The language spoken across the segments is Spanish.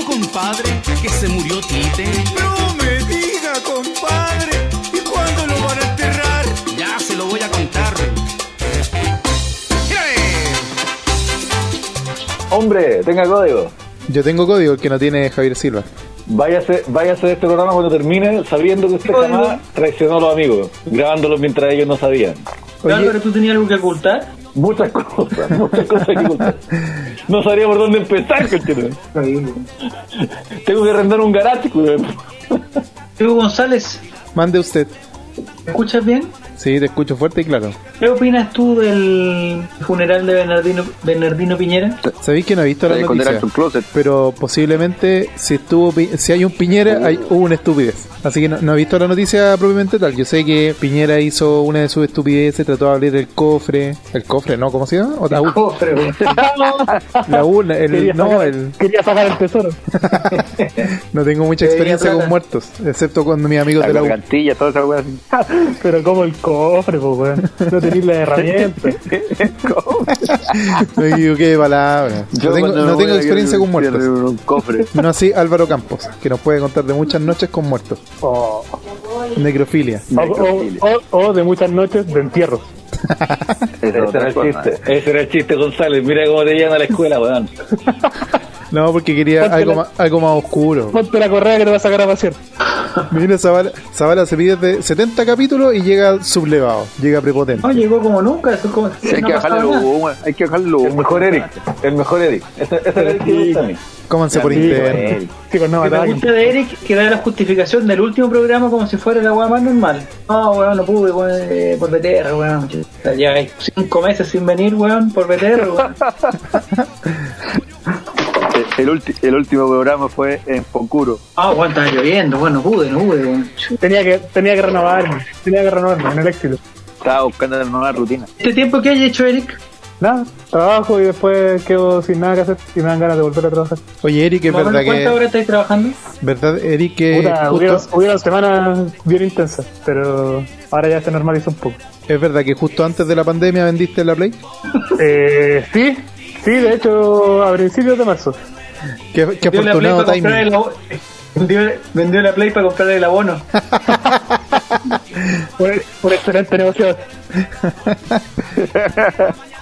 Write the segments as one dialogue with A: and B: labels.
A: compadre, que se murió Tite.
B: No me diga, compadre, ¿y cuándo lo van a enterrar?
A: Ya se lo voy a contar.
B: eh.
C: Hombre, tenga código.
D: Yo tengo código el que no tiene Javier Silva.
C: Váyase, váyase de este programa cuando termine sabiendo que usted jamás traicionó a los amigos, grabándolos mientras ellos no sabían.
E: Álvaro, ¿tú tenías algo que ocultar?
C: Muchas cosas, muchas cosas que contar. No sabría por dónde empezar, cochino. Tengo que arrendar un garage, weón.
E: Diego González,
D: Mande usted.
E: ¿me escuchas bien?
D: Sí, te escucho fuerte y claro.
E: ¿Qué opinas tú del funeral de Bernardino, Bernardino Piñera?
D: Sabéis que no he visto la
F: Te esconderás
D: noticia,
F: en tu closet.
D: pero posiblemente si estuvo Pi- si hay un Piñera, hay, hubo una estupidez. Así que no, no he visto la noticia propiamente tal. Yo sé que Piñera hizo una de sus estupideces, trató de abrir el cofre. ¿El cofre, no? ¿Cómo se llama? O la urna.
E: Cofre, güey.
D: La urna, el, no, el,
G: Quería sacar el tesoro.
D: no tengo mucha experiencia con muertos, excepto con mis amigos
F: La
D: de la U.
F: gargantilla, toda esa weá así.
G: Pero como el cofre, pues, weón. No tenéis la herramienta.
D: Me equivoqué de palabra. No tengo,
F: cuando
D: no
F: me
D: tengo
F: voy,
D: experiencia
F: yo
D: con muertos.
F: cierro un cofre.
D: No así Álvaro Campos, que nos puede contar de muchas noches con muertos.
E: Oh.
G: O,
D: Necrofilia.
G: o- o- o- o de muchas noches de entierro.
F: Esa es
C: Ese era
F: otra
C: el
F: cosa.
C: chiste, ese era el chiste, González. Mira cómo te llevan a la escuela, weón.
D: No, porque quería
G: Ponte
D: algo
G: la-
D: más, algo más oscuro.
G: Ponte la correa que te va a sacar a pasear.
D: Mira, Zavala, Zavala se pide de 70 capítulos y llega sublevado, llega prepotente.
E: No, llegó como nunca. Eso es como,
F: Sí, hay
E: no
F: que
E: pasaba
F: bajarle los
E: nada.
F: humos, hay que bajarle los
C: El
F: humos.
C: mejor Eric, el mejor Eric. Ese, ese era el que me gusta a mí.
D: Cómanse por interno.
G: Chicos, no,
E: Lo que
G: nada,
E: me gusta de Eric que da la justificación del último programa como si fuera la weá más normal. No, weón, no pude weón, eh, por BTR, weón. Chuta, Ya hay cinco meses sin venir, weón, por BTR, weón.
F: El, el ulti- el último programa fue en Poncuro.
E: Ah, weón, estaba lloviendo, weón, no pude, no pude, weón. Chuta.
G: Tenía que, tenía que renovarme, tenía que renovarme en el éxito.
F: Estaba buscando una nueva rutina.
E: Este tiempo que hay hecho Eric,
G: Nada, trabajo y después quedo sin nada que hacer y me dan ganas de volver a trabajar.
D: Oye, Eric, es
E: más o menos,
D: verdad
E: ¿cuántas horas
D: que.
E: estáis trabajando?
D: ¿Verdad, Eric, que
G: Puta,
D: Eh, justo-
G: hubieron, hubieron semanas bien intensas, pero ahora ya se normalizó un poco.
D: es verdad que justo antes de la pandemia vendiste la Play?
G: Eh, sí, sí, de hecho, a principios de marzo.
D: Qué, qué
E: Vendió la Play
D: afortunado
E: para comprar
D: timing.
E: el abono. Vendió, vendió la Play para comprar el abono.
G: Un, un excelente negocio.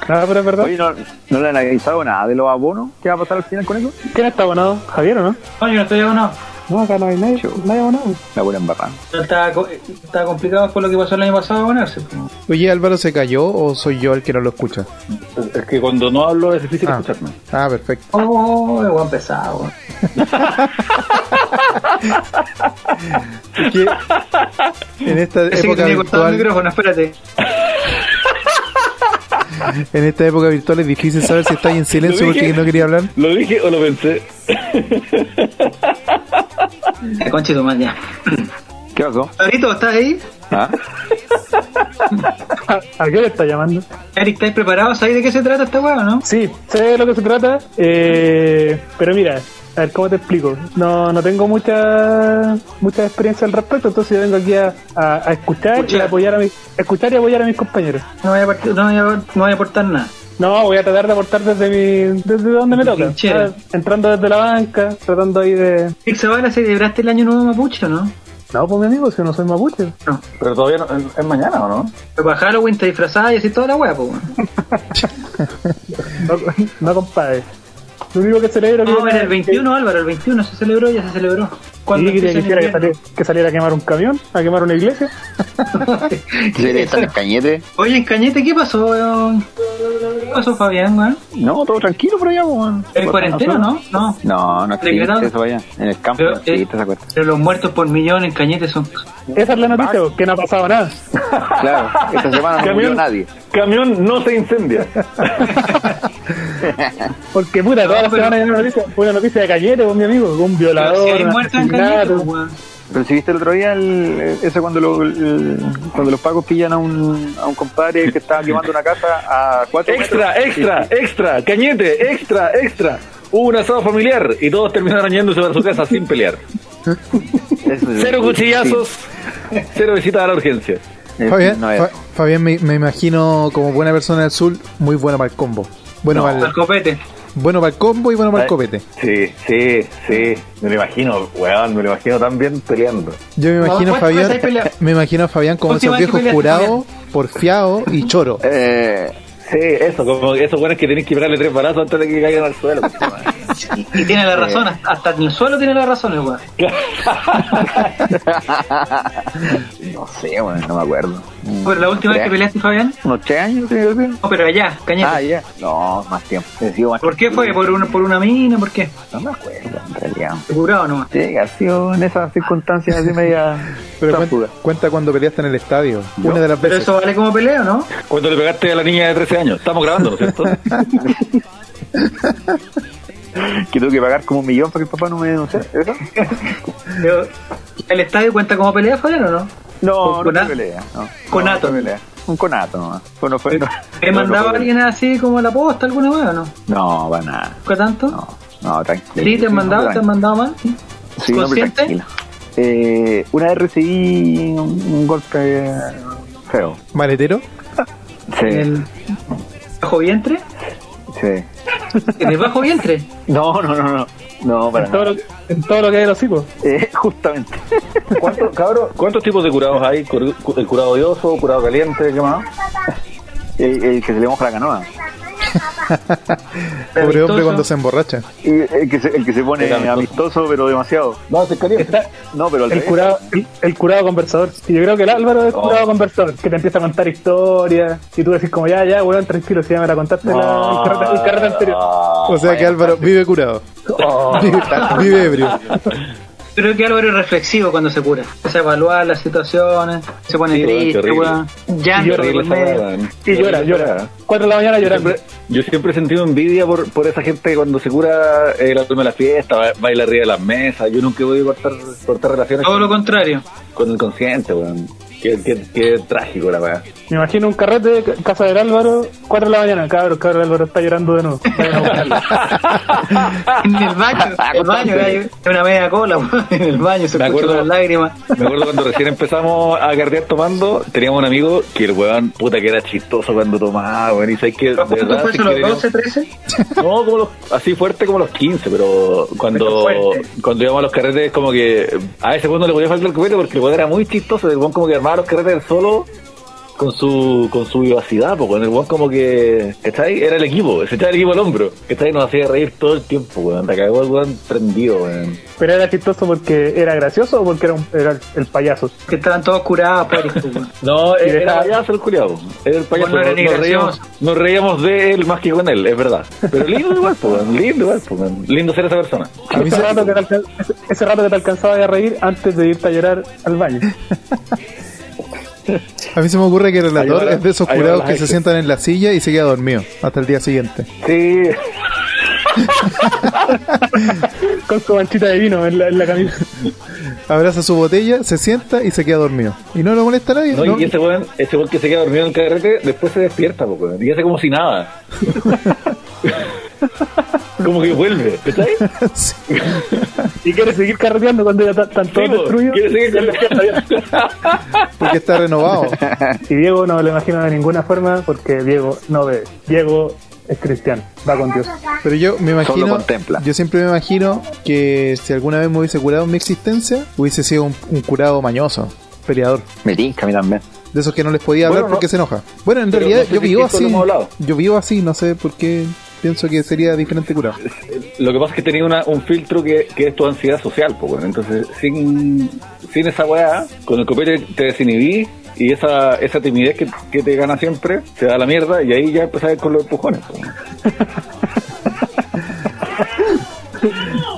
G: Nada, pero es verdad.
F: Oye, ¿no, no le han avisado nada de los abonos? ¿Qué va a pasar al final con eso?
G: ¿Quién está abonado? ¿Javier o no?
E: No, yo no estoy abonado.
G: No, acá no hay nadie, nadie abonado.
F: La buena embarrada.
E: Estaba, co- estaba complicado por lo que pasó el año pasado abonarse.
D: Oye, Álvaro, ¿se cayó o soy yo el que no lo escucha?
C: Es que cuando no hablo es difícil
D: Ah,
C: escucharme.
D: ah, perfecto.
E: Oh, el weón pesado, weón.
D: Es que en esta
E: Ese que
D: época
E: tenía cortado
D: virtual.
E: el micrófono, espérate.
D: En esta época virtual es difícil saber si estáis en silencio
C: Lo dije.
D: porque no quería hablar.
E: Este
C: ¿Lo dije o lo pensé?
E: La concha de tu madre, ya.
F: ¿Qué pasó?
E: Pablito, ¿estás ahí?
F: ¿Ah?
G: ¿A, Ah, a qué le está llamando?
E: Eric, ¿estás preparado? ¿Sabes de qué se trata esta weá, no?
G: Sí, sé de lo que se trata, eh, pero mira, a ver cómo te explico. No, no tengo mucha mucha experiencia al respecto, entonces yo vengo aquí a, a- a escuchar y
E: Escuchar.
G: a apoyar a mis escuchar y apoyar a mis compañeros.
E: No voy a, part- no voy a, no voy a aportar nada.
G: No, voy a tratar de aportar desde mi, desde donde me toca.
E: Trinchera.
G: Ah, Entrando desde la banca, tratando ahí de.
E: Eric Zavala, ¿celebraste el año nuevo mapuche o no?
G: No, pues mi amigo, si no soy mapuche.
E: No.
C: Pero todavía no, es- es mañana, ¿o no?
E: Pero para Halloween te disfrazabas y así toda la weá, pues, weón.
G: No, no compadre. Lo único que celebro que.
E: No, era el 21, Álvaro, el 21 se celebró, ya se celebró.
G: Sí, que
E: empieza el
G: quisiera que,
E: invierno?
G: sali- que saliera a quemar un camión, a quemar una iglesia.
F: ¿Quieres estar en cañete?
E: Oye, en Cañete, ¿qué pasó, weón? ¿Qué pasó, Fabián, weón?
F: No, todo tranquilo por allá, weón.
E: ¿En cuarentena, no? No.
F: No, no
E: Declarado.
F: existe eso allá. En el campo
E: Pero,
F: no existe
E: eh,
F: esa cuestión.
E: Pero los muertos por millón en Cañete son...
G: Esa es la noticia, que no ha pasado nada.
F: Claro, esta semana no murió
C: Camión,
F: nadie.
C: camión no se incendia.
G: Porque puta, todas las
E: pero-
G: semanas hay una noticia, una noticia de Cañete con mi amigo, con un
E: Pero
G: violador.
E: si hay
G: un
E: muertos en Cañete,
G: asesinato.
E: pues, weón.
F: Pero si viste el otro día, el, ese cuando, lo- el- cuando los pagos pillan a un, a un compadre que estaba quemando una casa a cuatro
C: Extra,
F: metros.
C: extra, extra, cañete, extra, extra. Hubo un asado familiar y todos terminaron yéndose para su casa sin pelear.
F: Eso sí.
C: Cero cuchillazos, cero visitas a la urgencia.
F: Sí, eso
D: Fabián,
F: no es.
D: Fa- Fabián me, me imagino como buena persona del sur, muy bueno para el combo. Bueno,
E: No, Eh,
D: para,
E: al
D: el,
E: copete.
D: Bueno para el combo y bueno para el copete.
C: Sí, sí, sí. Me lo imagino, weón, me lo imagino tan bien peleando.
D: Yo me
E: No,
D: imagino a
E: ¿cuál- cuál
D: Fabián,
E: estáis pelea-
D: me imagino a Fabián como
E: Última
D: esos
E: vez que
D: viejos
E: peleaste,
D: jurados, porfiados y choro.
C: Eh, sí, eso, como esos weones que tenés que pegarle tres balazos antes de que caigan al suelo. pues, weón.
E: Y, y tiene la razón, hasta, hasta en el suelo tiene la razón el weón.
F: No sé, bueno, no me acuerdo.
E: Pero la última vez que peleaste, Fabián,
F: ¿Unos tres años tenía que ser?
E: no, pero allá, cañete.
F: Ah, ya. No, más tiempo. He sido más
E: ¿Por qué fue? ¿Por una, por una mina? ¿Por qué?
F: No me acuerdo, en realidad.
E: Curado nomás.
F: Sí, ha sido en esas circunstancias así media.
D: Pero cuen-
F: tráfuga.
D: cuenta, cuando peleaste en el estadio. Una de las
E: Pero
D: veces.
E: eso vale como pelea, ¿no?
C: Cuando le pegaste a la niña de 13 años, estamos grabando, ¿no es cierto?
F: que tuve que pagar como un millón para que el papá no me denuncie. ¿Eso?
E: Pero, ¿El estadio cuenta como pelea, Fabián, o no?
F: No,
E: ¿Con
F: no
E: conato?
F: fue pelea. No,
E: Conato.
F: No, fue pelea. Un conato nomás. Fue, no fue, no,
E: ¿He
F: no,
E: mandado
F: no
E: a
F: fue
E: alguien así como a la posta alguna vez o no?
F: pelea. No, va nada.
E: ¿Nunca tanto?
F: No, no, tranquilo.
E: ¿Sí te han mandado? ¿Te han mandado mal?
F: Sí, no, pero
E: ¿Consciente?
F: tranquilo. Eh, una vez recibí un, un golpe feo.
D: ¿Maletero?
F: Sí,
E: ¿En el bajo vientre?
F: sí.
E: ¿En el bajo vientre?
F: No, no, no, no. No, para
G: En todo,
F: nada.
G: lo, en todo lo que hay de los hijos.
F: Eh, justamente.
C: ¿Cuántos, cabros, ¿Cuántos tipos de curados hay? Cur- cu- ¿El curado odioso, curado caliente, qué más?
F: El, el que se le moja la canoa.
D: Pobre hombre
E: Amistoso.
D: cuando se emborracha.
F: Y El que se, el que se pone
C: Era amistoso.
F: amistoso, pero demasiado.
C: No, se caliente.
F: No, pero al
G: El
F: revés.
G: curado, el, el curado conversador. Y yo creo que el Álvaro es
C: Oh.
G: curado conversador, que te empieza a contar historias. Y tú decís como, ya, ya, weón, tranquilo, si ya me la contaste la, el, carrete, el carrete anterior.
F: Ah,
D: O sea que Álvaro vive curado.
E: Oh.
D: Vive, vive ebrio.
E: Creo que Álvaro es reflexivo cuando se cura. Empieza a evaluar las situaciones, se pone
C: Sí, weón, qué
E: triste,
C: horrible.
E: weón.
C: Qué
E: Llanto de por
C: horrible esa
E: medio.
C: weá, weón.
G: Y llora, llora. Cuatro de la mañana llorando.
C: Siempre- yo siempre he sentido envidia por, por esa gente que cuando se cura eh, la toma de la fiesta, ba- baila arriba de las mesas. Yo nunca he podido cortar, cortar relaciones
E: Todo lo
C: con,
E: contrario.
C: con el consciente, weón. Qué, qué- qué trágico la weá.
G: Me imagino un carrete, ca- casa del Álvaro, cuatro de la mañana. Cabros, cabros, Álvaro está llorando de nuevo. Vayan a buscarlo.
E: En el baño, en el baño, hay una media cola, weón. En el baño se
C: Me
E: escuchan
C: acuerdo.
E: las lágrimas.
C: Me acuerdo cuando recién empezamos a cardear tomando, teníamos un amigo que el weón, puta que era chistoso cuando tomaba, weón. Y sabes que, de
E: ¿Los puntos
C: verdad,
E: fuese
C: sí que
E: los
C: teníamos-
E: 12, 13?
C: No, como los, así fuerte como los 15, pero cuando,
E: Pero fuerte.
C: cuando íbamos a los carretes, como que a ese punto le podía faltar el copete porque el weón era muy chistoso. El weón como que armaba los carretes él solo con su con su vivacidad, pues el weón como que ¿cachai? era el equipo, se echaba el equipo al hombro, ¿cachai? Nos hacía reír todo el tiempo, weón. La cagó el weón prendido, weón.
G: Pero era chistoso porque era gracioso o porque era, un- era el- el payaso.
E: Que estaban todos curados, pobres, weón.
C: No,
E: eh,
G: Y
C: era
G: dejaba-
C: payaso el culiado. Era el payaso.
E: Bueno, era ni
C: nos,
E: gracioso.
C: reíamos, nos reíamos de él más que con él, es verdad. Pero lindo igual, pues, weón, lindo igual, pues, weón. lindo ser esa persona.
D: A mí
G: ese,
D: se-
G: rato que te alcan- ese- ese rato que te alcanzaba a reír antes de irte a llorar al baño.
D: A mí se me ocurre que el
C: Ahí
D: relator
C: va la-
D: es de esos
C: ahí va
D: curados
C: la
D: que se
C: gente.
D: sientan en la silla y se queda dormido hasta el día siguiente.
C: Sí.
G: Con su manchita de vino en la, en la camisa.
D: Abraza su botella, se sienta y se queda dormido. Y no lo molesta a nadie.
C: No,
D: ¿no?
C: Y ese weón, ese weón que se queda dormido en el carrete, después se despierta, po, weón, y hace como si nada. como que vuelve, ¿cachai?
D: Sí.
G: Y quiere seguir carreteando cuando ya ta- están todos
C: Sí, po,
G: destruidos.
C: quiere seguir
G: Y él despierta bien.
D: Porque está renovado.
G: Y Diego no lo imagino de ninguna forma porque Diego no ve. Diego es cristiano, va con Dios.
D: Pero yo me imagino.
F: contempla.
D: Yo siempre me imagino que si alguna vez me hubiese curado en mi existencia, hubiese sido un, un curado mañoso, peleador.
F: Me tinca a mí también.
D: De esos que no les podía hablar
C: Bueno, no-
D: porque se enoja. Bueno, en
C: Pero
D: realidad
C: no sé
D: yo
C: si
D: vivo
C: esto lo
D: así.
C: hemos hablado.
D: Yo vivo así, no sé por qué pienso que sería diferente curado.
C: Lo que pasa es que tenía una, un filtro que, que es tu ansiedad social, po, weón. Entonces, sin, sin esa weá, con el copete te desinhibí y esa, esa timidez que, que te gana siempre se da a la mierda y ahí ya empezás con los empujones, po, weón.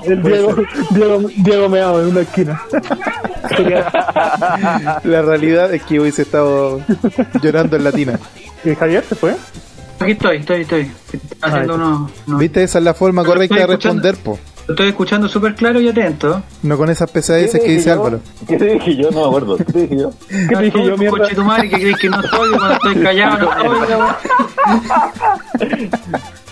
G: El Diego, Diego, Diego me en una esquina. Se queda.
D: La realidad es que hubiese estado llorando en latina.
G: ¿Y Javier se fue?
E: Aquí estoy, estoy, estoy. Haciendo unos- unos-
D: ¿Viste? Esa es la forma
E: Pero
D: correcta de
E: estoy escuchando.
D: responder, po.
E: Lo estoy escuchando súper claro y atento.
D: No con esas pesadeces que dice Álvaro.
C: ¿Qué te dije yo? No me acuerdo. ¿Qué te dije yo?
G: ¿Qué te dije yo, mierda?
E: Coche tu madre que crees que no soy y cuando estoy callado no soy, weón.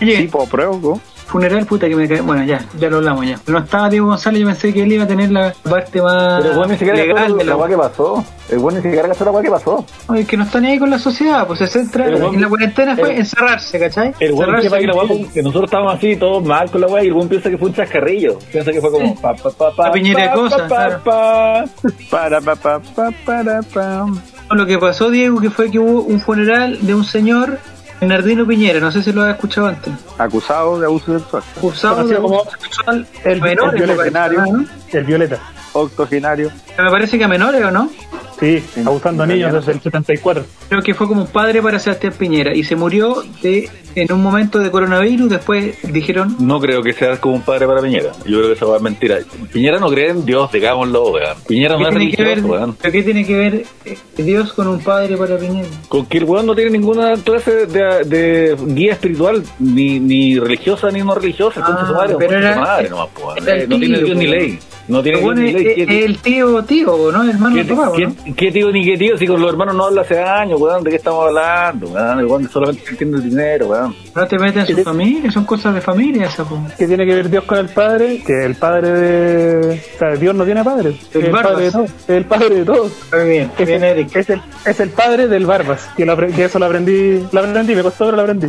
E: Oye,
F: Tipo pruebo.
E: funeral, puta que me cae. Bueno, ya, ya lo hablamos ya. Pero no estaba Diego González, yo pensé que él iba a tener la parte más
C: Pero el weón ni siquiera
E: legal
C: gastó
E: de
C: la
E: la
C: weá que pasó. El weón ni siquiera gastó la weá que pasó.
E: No, Es que no está ni ahí con la sociedad, pues se centra
C: El weón-
E: en la cuarentena fue
C: el-
E: encerrarse, ¿cachai?
C: El weón
E: Encerrarse
C: piensa que la weá
E: en-
C: fue- que nosotros estábamos así, todos mal con la weá, y el weón piensa que fue un chascarrillo. Piensa que fue como pa pa pa pa.
E: La piñera de cosas, claro.
C: pa.
F: Para, pa, pa, pa, para, pam.
E: Lo que pasó, Diego, que fue que hubo un funeral de un señor, Bernardino Piñera, no sé si lo has escuchado antes.
F: Acusado de abuso sexual.
E: Acusado de
G: Conocido como
E: abuso sexual
G: el-
E: a menores,
F: el
E: me parece,
F: violentenario.
E: ¿no?
G: El Violeta.
F: Octogenario.
E: Que Me parece que a menores, ¿o no?
G: Sí, abusando a niños desde el 74.
E: Creo que fue como un padre para Sebastián Piñera y se murió de en un momento de coronavirus, después dijeron
C: No creo que seas como un padre para Piñera. Yo creo que esa weá es mentira. Piñera no cree en Dios, digámoslo, weón. Piñera
E: ¿Qué
C: no es
E: tiene que ver,
C: religioso, weón.
E: ¿Pero qué tiene que ver eh, Dios con un padre para Piñera?
C: Con que el weón no tiene ninguna clase de, de guía espiritual, ni, ni religiosa, ni no religiosa.
E: Ah,
C: Concha su madre,
E: pero
C: concha su
E: era-
C: madre nomás, po, weón.
E: era el
C: No tiene
E: tío,
C: Dios ni
E: po.
C: ley. No tiene
E: Pero
C: Dios
E: bueno,
C: ni
E: es,
C: ley.
E: es-
C: ¿Qué-
E: es el tío, tío, ¿no? El hermano
C: ¿Qué,
E: de papá, ¿no?
C: qué- qué tío ni qué tío? Si con los hermanos no habla hace años, weón, ¿de qué estamos hablando? Weón? El weón solamente entiende el dinero, weón.
E: No te metas en su familia, son cosas de familia esas, po.
G: ¿Qué tiene que ver Dios con el padre? Que el padre de. O sea, Dios no tiene padre. Es el
E: Barbas.
G: padre de todos. Es el padre de todos.
E: Muy bien,
G: Es
E: bien,
G: el,
E: Eric.
G: es, el, es el padre del Barbas. Que, lo apre- que eso lo aprendí. Lo aprendí, me costó, pero lo aprendí.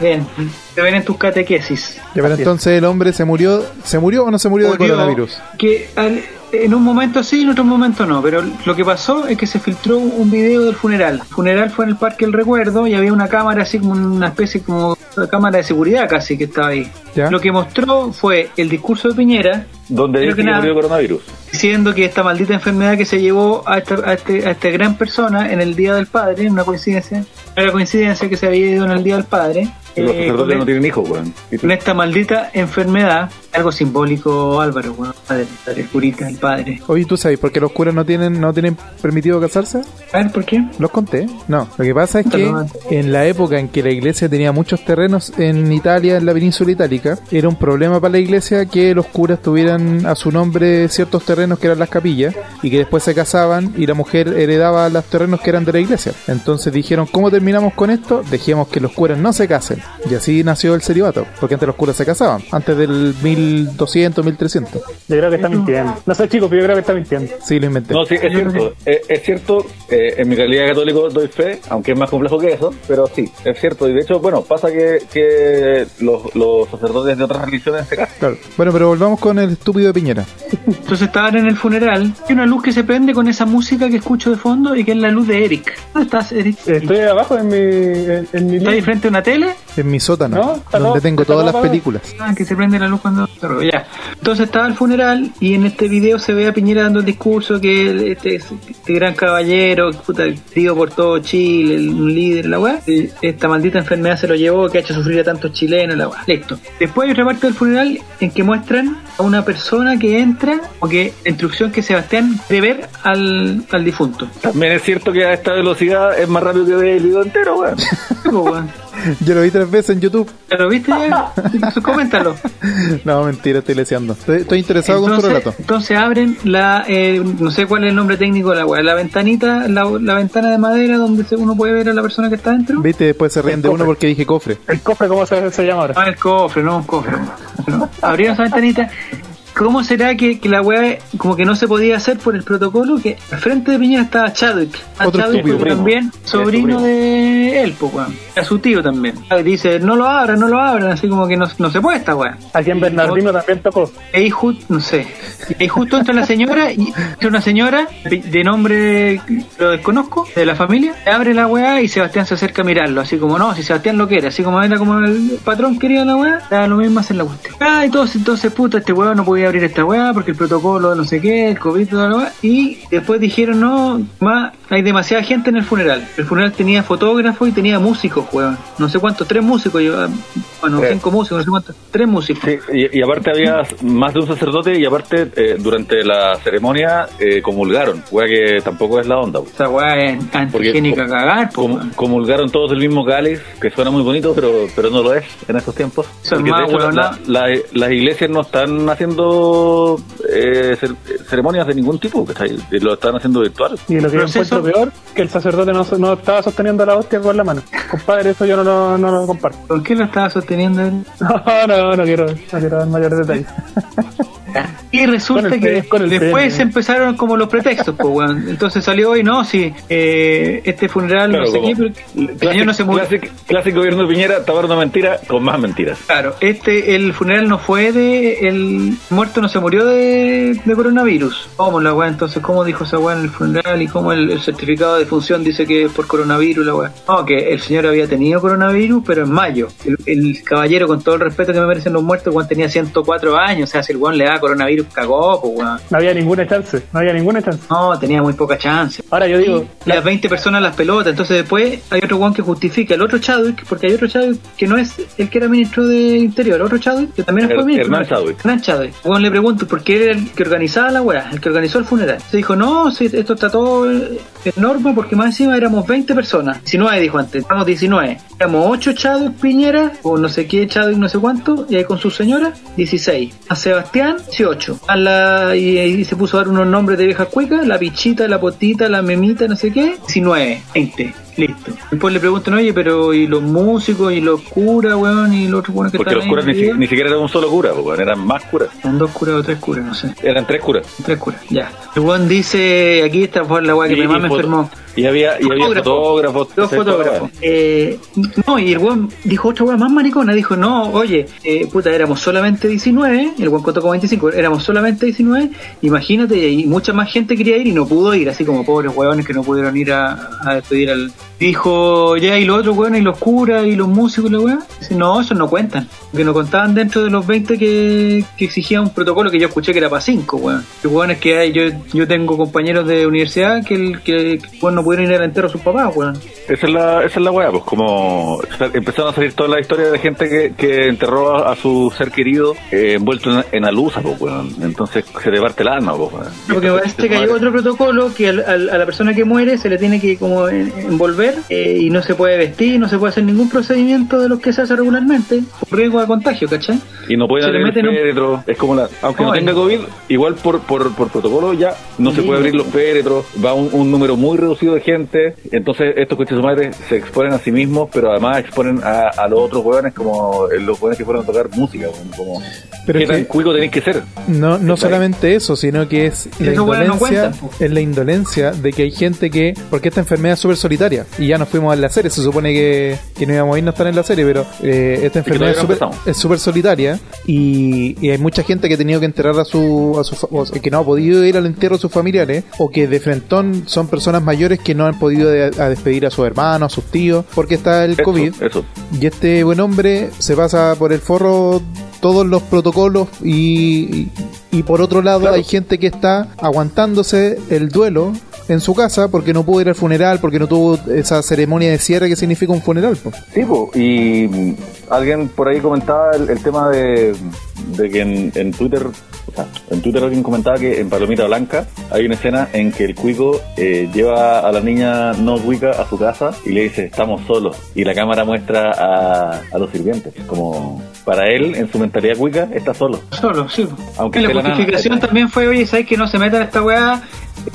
E: Bien, te ven en tus catequesis.
D: Ya, pero entonces el hombre se murió, ¿se murió o no se murió de
E: Murió,
D: coronavirus?
E: Que al- en un momento sí y en otro momento no, pero lo que pasó es que se filtró un video del funeral. El funeral fue en el Parque El Recuerdo y había una cámara así como una especie como una cámara de seguridad casi que estaba ahí.
D: Ya.
E: Lo que mostró fue el discurso de Piñera
C: Donde
E: Creo
C: dice
E: que
C: que
E: nada.
C: murió de coronavirus.
E: diciendo que esta maldita enfermedad que se llevó a esta, a este- a esta gran persona en el Día del Padre, una coincidencia, era coincidencia que se había ido en el Día del Padre.
C: Los
E: eh,
C: sacerdotes
E: con-
C: no tienen hijos, weón.
E: con esta maldita enfermedad, algo simbólico, Álvaro, bueno, padre, el curita, el padre.
D: Oye, ¿tú sabes por qué los curas no tienen, no tienen permitido casarse?
E: A ver, ¿por qué?
D: Los conté. No, lo que pasa es que en la época en que la iglesia tenía muchos terrenos en Italia, en la península itálica, era un problema para la iglesia que los curas tuvieran a su nombre ciertos terrenos que eran las capillas y que después se casaban y la mujer heredaba los terrenos que eran de la iglesia. Entonces dijeron, ¿cómo terminamos con esto? Dejemos que los curas no se casen. Y así nació el celibato, porque antes los curas se casaban, antes del 1200, 1300.
G: Yo creo que está mintiendo. No sé, chicos, pero yo creo que está mintiendo.
D: Sí, lo inventé.
C: No, sí, es cierto. Eh, es cierto, eh, en mi calidad de católico doy fe, aunque es más complejo que eso, pero sí, es cierto. Y de hecho, bueno, pasa que, que los, los sacerdotes de otras religiones este se casan.
D: Claro. Bueno, pero volvamos con el estúpido de Piñera.
E: Entonces estaban en el funeral. Hay una luz que se prende con esa música que escucho de fondo y que es la luz de Eric. ¿Dónde estás, Eric?
G: Estoy abajo en mi. En, en mi
E: ¿Estás ahí
G: link.
E: frente a una tele?
D: En mi sótano,
G: No, está
D: donde
G: todo-
D: tengo
G: está
D: todas
G: todo
D: las
G: apagado.
D: películas.
E: Ah, que se prende la luz cuando... Pero Ya. Entonces estaba el funeral y en este video se ve a Piñera dando el discurso que él, este, es este gran caballero, puta, querido por todo Chile, el- un líder, la weá. Y Esta maldita enfermedad se lo llevó, que ha hecho sufrir a tantos chilenos, la weá. Listo. Después hay otra parte del funeral en que muestran a una persona que entra, o que la instrucción que Sebastián de ver al, al difunto.
C: También es cierto que a esta velocidad es más rápido que el video entero, weón.
E: Tipo, weón.
D: Yo lo vi tres veces en YouTube.
E: ¿Lo viste? ya? Entonces, coméntalo.
D: No, mentira, estoy leseando. Estoy, estoy interesado con tu relato.
E: entonces abren la, eh, no sé cuál es el nombre técnico de la weá, la ventanita, la, la ventana de madera donde se- uno puede ver a la persona que está dentro.
D: Viste, después se ríen de uno
G: cofre.
D: porque dije cofre.
G: El cofre, ¿cómo se, se llama ahora?
E: No, el cofre, no un cofre. No. Abrieron esa ventanita. ¿Cómo será que, que la weá como que no se podía hacer por el protocolo? Que al frente de Piñera estaba Chadwick. Ah,
D: Otro
E: Chadwick
D: estúpido.
E: fue también sobrino de él, po, weón. Era su tío también. Ah, Dice, no lo abran, no lo abran, así como que no, no se puede esta weá.
G: Aquí en Bernardino también tocó.
E: Y ahí ju- no sé. Y ahí justo entra la señora, y entra una señora de, de nombre lo desconozco, de la familia, le abre la weá y Sebastián se acerca a mirarlo, así como no, si Sebastián lo quiere, así como era como el patrón quería la weá, da lo mismo hacer la cuestión. Ah, y todos entonces puta, este weá no podía abrir esta weá porque el protocolo no sé qué, el COVID, toda la weá. Y después dijeron no, más hay demasiada gente en el funeral. El funeral tenía fotógrafo y tenía músicos, weón. No sé cuántos, tres músicos, yo, bueno,
C: Sí.
E: cinco músicos, no sé cuántos, tres músicos.
C: Sí, y, y aparte había más de un sacerdote y aparte eh, durante la ceremonia eh, comulgaron, weón, que tampoco es la onda, weón.
E: Esa weá es antigénica a
C: Porque-
E: cagar, po,
C: Com-
E: weón.
C: comulgaron todos el mismo cáliz, que suena muy bonito, pero pero no lo es en estos tiempos.
E: Son
C: Porque de
E: más
C: hecho, la-
E: huevonadas.
C: la- la- las iglesias no están haciendo eh, eh, cer- ceremonias de ningún tipo, ¿cachai? Eh, Lo están haciendo virtual.
G: Y lo que yo
E: Proceso.
G: encuentro peor, que el sacerdote no, no estaba sosteniendo la hostia con la mano. Compadre, eso yo no, lo- no lo comparto.
E: ¿Por qué lo estaba sosteniendo él?
G: No, no, no quiero, no quiero dar mayores detalles.
E: Y resulta
G: Con el
E: que
G: pene, con el
E: después
G: pene.
E: empezaron como los pretextos, pues, weón. Entonces salió hoy, no, sí, eh, este funeral,
C: Claro,
E: no sé
C: como-
E: qué, pero el señor no se murió.
C: Clásico, clásico gobierno de Piñera, tapar una mentira con más mentiras.
E: Claro, este, el funeral no fue de. El muerto no se murió de, de coronavirus. ¿Cómo la weá? Entonces, ¿cómo dijo esa weá en el funeral y cómo el, el certificado de función dice que es por coronavirus la weá? No, que el señor había tenido coronavirus, pero en mayo. El, el caballero, con todo el respeto que me merecen los muertos, weón tenía 104 años. O sea, si el weón le da coronavirus, cagó, pues weón.
G: No había ninguna chance, no había ninguna chance.
E: No, tenía muy poca chance.
G: Ahora yo digo,
E: Y las 20 personas las pelotas. Entonces después hay otro Juan que justifica. El otro Chadwick, porque hay otro Chadwick que no es el que era ministro de Interior. Otro Chadwick que también fue
C: Her-
E: ministro.
C: Hernán Chadwick.
E: Hernán Chadwick. Juan le pregunto, ¿por qué era el que organizaba la weá? El que organizó el funeral. Se dijo, no, si esto está todo eh, en norma porque más encima éramos 20 personas. 19 dijo antes, éramos 19. Éramos 8 Chadwick Piñera, o no sé qué Chadwick, no sé cuánto, y ahí con su señora, 16. A Sebastián, 18. A la, y, y se puso a dar unos nombres de viejas cuecas, la pichita, la potita, la memita, no sé qué, 19, 20. Listo. Después le preguntan, oye, pero ¿y los músicos? ¿Y los curas, weón? ¿Y los otros weones que
C: Porque los
E: están
C: curas
E: ahí
C: ni, si-
E: metidos?
C: ni siquiera era un solo cura, po, weón, eran más curas.
E: Eran dos curas o tres curas, no sé.
C: Eran tres curas.
E: Tres curas, ya. El weón dice, aquí esta fue la weá que mi mamá me
C: foto-
E: enfermó.
C: y había, y había fotógrafos.
E: Dos
C: ¿cachai?
E: fotógrafos. Eh, no, y el weón dijo otra weá más maricona. Dijo, no, oye, eh, puta, éramos solamente 19. El weón contó como 25. Éramos solamente 19. Imagínate, y mucha más gente quería ir y no pudo ir. Así como pobres weones que no pudieron ir a, a despedir al. Dijo, ya, y los otros weones, y los curas, y los músicos, y la weá. Dice, no, esos no cuentan. Que no contaban dentro de los 20 que, que exigía un protocolo que yo escuché que era para 5, weón. Que weón es que hay, yo, yo tengo compañeros de universidad que, el, que, que, weón, no pudieron ir al entero a sus papás, weón.
C: Esa es la, esa es la weá, pues como sa- empezaron a salir todas las historias de gente que, que enterró a, a su ser querido eh, envuelto en, en alusa, pues weón. Entonces se te parte el alma, pues weón.
E: Porque parece que hay otro protocolo que al- al- a la persona que muere se le tiene que como en- envolver eh, y no se puede vestir, no se puede hacer ningún procedimiento de los que se hace regularmente, por riesgo de contagio, ¿cachai?
C: Y no pueden
E: se le
C: abrir el
E: meten un-
C: féretro. Es como la. Aunque no,
E: No,
C: tenga
E: el-
C: COVID, igual por, por, por protocolo ya no se
E: Sí.
C: puede abrir los féretros. Va un, un número muy reducido de gente. Entonces, estos coches madres se exponen a sí mismos, pero además exponen a, a los otros hueones, como eh, los hueones que fueron a tocar música. weón, Como,
D: Pero
C: ¿Qué
D: es que-
C: tan cuico tenéis que ser?
D: No, no
C: Está
D: solamente eso, sino que es la
E: Esos hueones no
D: indolencia,
E: cuentan, po.
D: es la indolencia de que hay gente que, porque esta enfermedad es súper solitaria, y ya nos fuimos a la serie, se supone que, que no íbamos a ir, no están en la serie, pero eh, esta enfermedad
C: todavía
D: es
C: no
D: súper-
C: empezamos.
D: es súper solitaria, y, y hay mucha gente que ha tenido que enterrar a su, a su fa- o sea, que no ha podido ir al entierro de sus familiares, o que de frentón son personas mayores que no han podido de- a despedir a sus hermanos, a sus tíos, porque está el
C: Eso,
D: COVID.
C: Eso.
D: Y este buen hombre se pasa por el forro todos los protocolos y, y por otro lado hay gente que está aguantándose el duelo en su casa porque no pudo ir al funeral, porque no tuvo esa ceremonia de cierre que significa un funeral. po.
C: Sí, po, y mm, alguien por ahí comentaba el, el tema de, de que en, en Twitter, o sea, en Twitter alguien comentaba que en Palomita Blanca hay una escena en que el cuico eh, lleva a la niña no cuica a su casa y le dice, estamos solos. Y la cámara muestra a, a los sirvientes, como para él, en su mentalidad cuica, está solo.
E: Solo, sí.
C: Aunque
E: Y
C: esté
E: la
C: la nana,
E: justificación
C: ¿cachai?
E: también fue, oye, ¿sabes que no se meta en esta weá?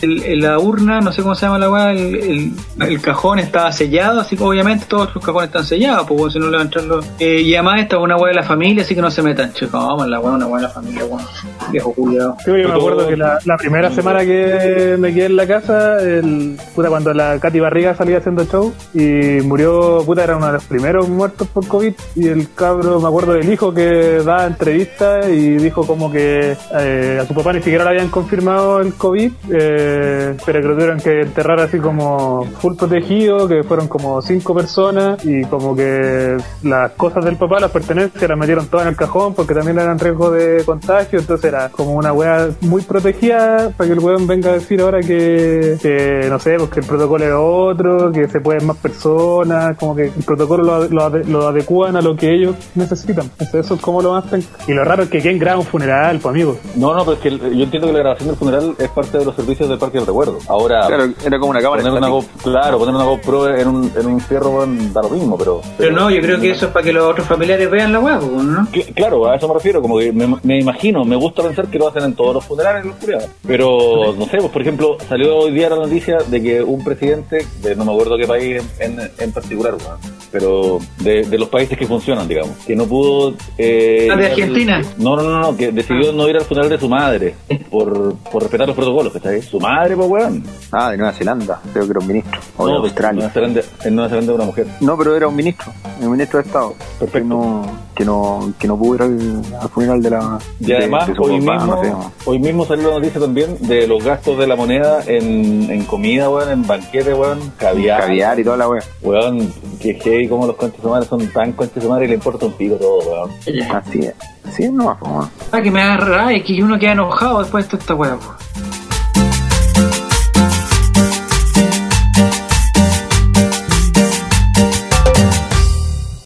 E: El- el- la urna, no sé cómo se llama la weá, el, el- el cajón estaba sellado, así que obviamente todos los cajones están sellados, pues bueno, si no le van a entrar los... Eh, y además esta es una weá de la familia, así que no se metan. Chico, vamos, la weá es una weá de la familia, weón. Viejo culiao.
G: Sí, yo me acuerdo que la, la primera semana que me quedé en la casa, el, puta, cuando la Katy Barriga salía haciendo show y murió, puta, era uno de los primeros muertos por COVID. Y el cabro, me acuerdo del hijo que da entrevistas y dijo como que eh, a su papá ni siquiera le habían confirmado el COVID, eh, pero que lo tuvieron que enterrar así como full protegido, que fueron como cinco personas y como que las cosas del papá, las pertenencias, las metieron todas en el cajón porque también eran riesgo de contagio, entonces era como una wea muy protegida para que el weón venga a decir ahora que, que, no sé, pues que el protocolo es otro, que se pueden más personas, como que el protocolo lo, ade- lo ade- lo adecúan a lo que ellos necesitan. Entonces eso es como lo hacen. Y lo raro es que quien graba un funeral, pues amigos.
C: No, no, pero es que el- yo entiendo que la grabación del funeral es parte de los servicios sitios del Parque del Recuerdo. Ahora,
F: Claro, era como una cámara.
C: poner una
F: estática.
C: Go- claro, poner una GoPro en un, en un fierro weón, da lo mismo, pero...
E: Pero no, yo creo que eso es para que los otros familiares vean la weá, pues, ¿no?
C: Cl- Claro, a eso me refiero, como que me, me imagino, me gusta pensar que lo hacen en todos los funerales los culiados. Pero, no sé, pues por ejemplo, salió hoy día la noticia de que un presidente, de no me acuerdo qué país en, en particular, weón, pero de, de los países que funcionan, digamos, que no pudo... eh,
E: Ah, de
C: ir al-
E: Argentina. Ah.
C: no, no, no, no, que decidió no ir al funeral de su madre por, por respetar los protocolos, ¿cachai? Su madre, pues weón.
F: Ah, de Nueva Zelanda, creo que era un ministro. O de
C: No,
F: Australia.
C: En Nueva Zelanda, en Nueva Zelanda una mujer.
F: No, pero era un ministro, un ministro de Estado. Que no, que no, que no pudo ir al, al funeral de la.
C: Y
F: de-
C: además,
F: de su
C: hoy,
F: papá,
C: mismo,
F: no sé, ¿no?
C: hoy mismo salió la noticia también de los gastos de la moneda en, en comida, weón, en banquete, weón, caviar.
F: Caviar y toda la wea.
C: Weón, que heavy como los conches de madre son tan conches de madre y le importa un pico todo, weón.
F: Así es. Así es nomás, po, weón.
E: Ah, que me da rabia, que uno queda enojado después de toda esta weá, pues.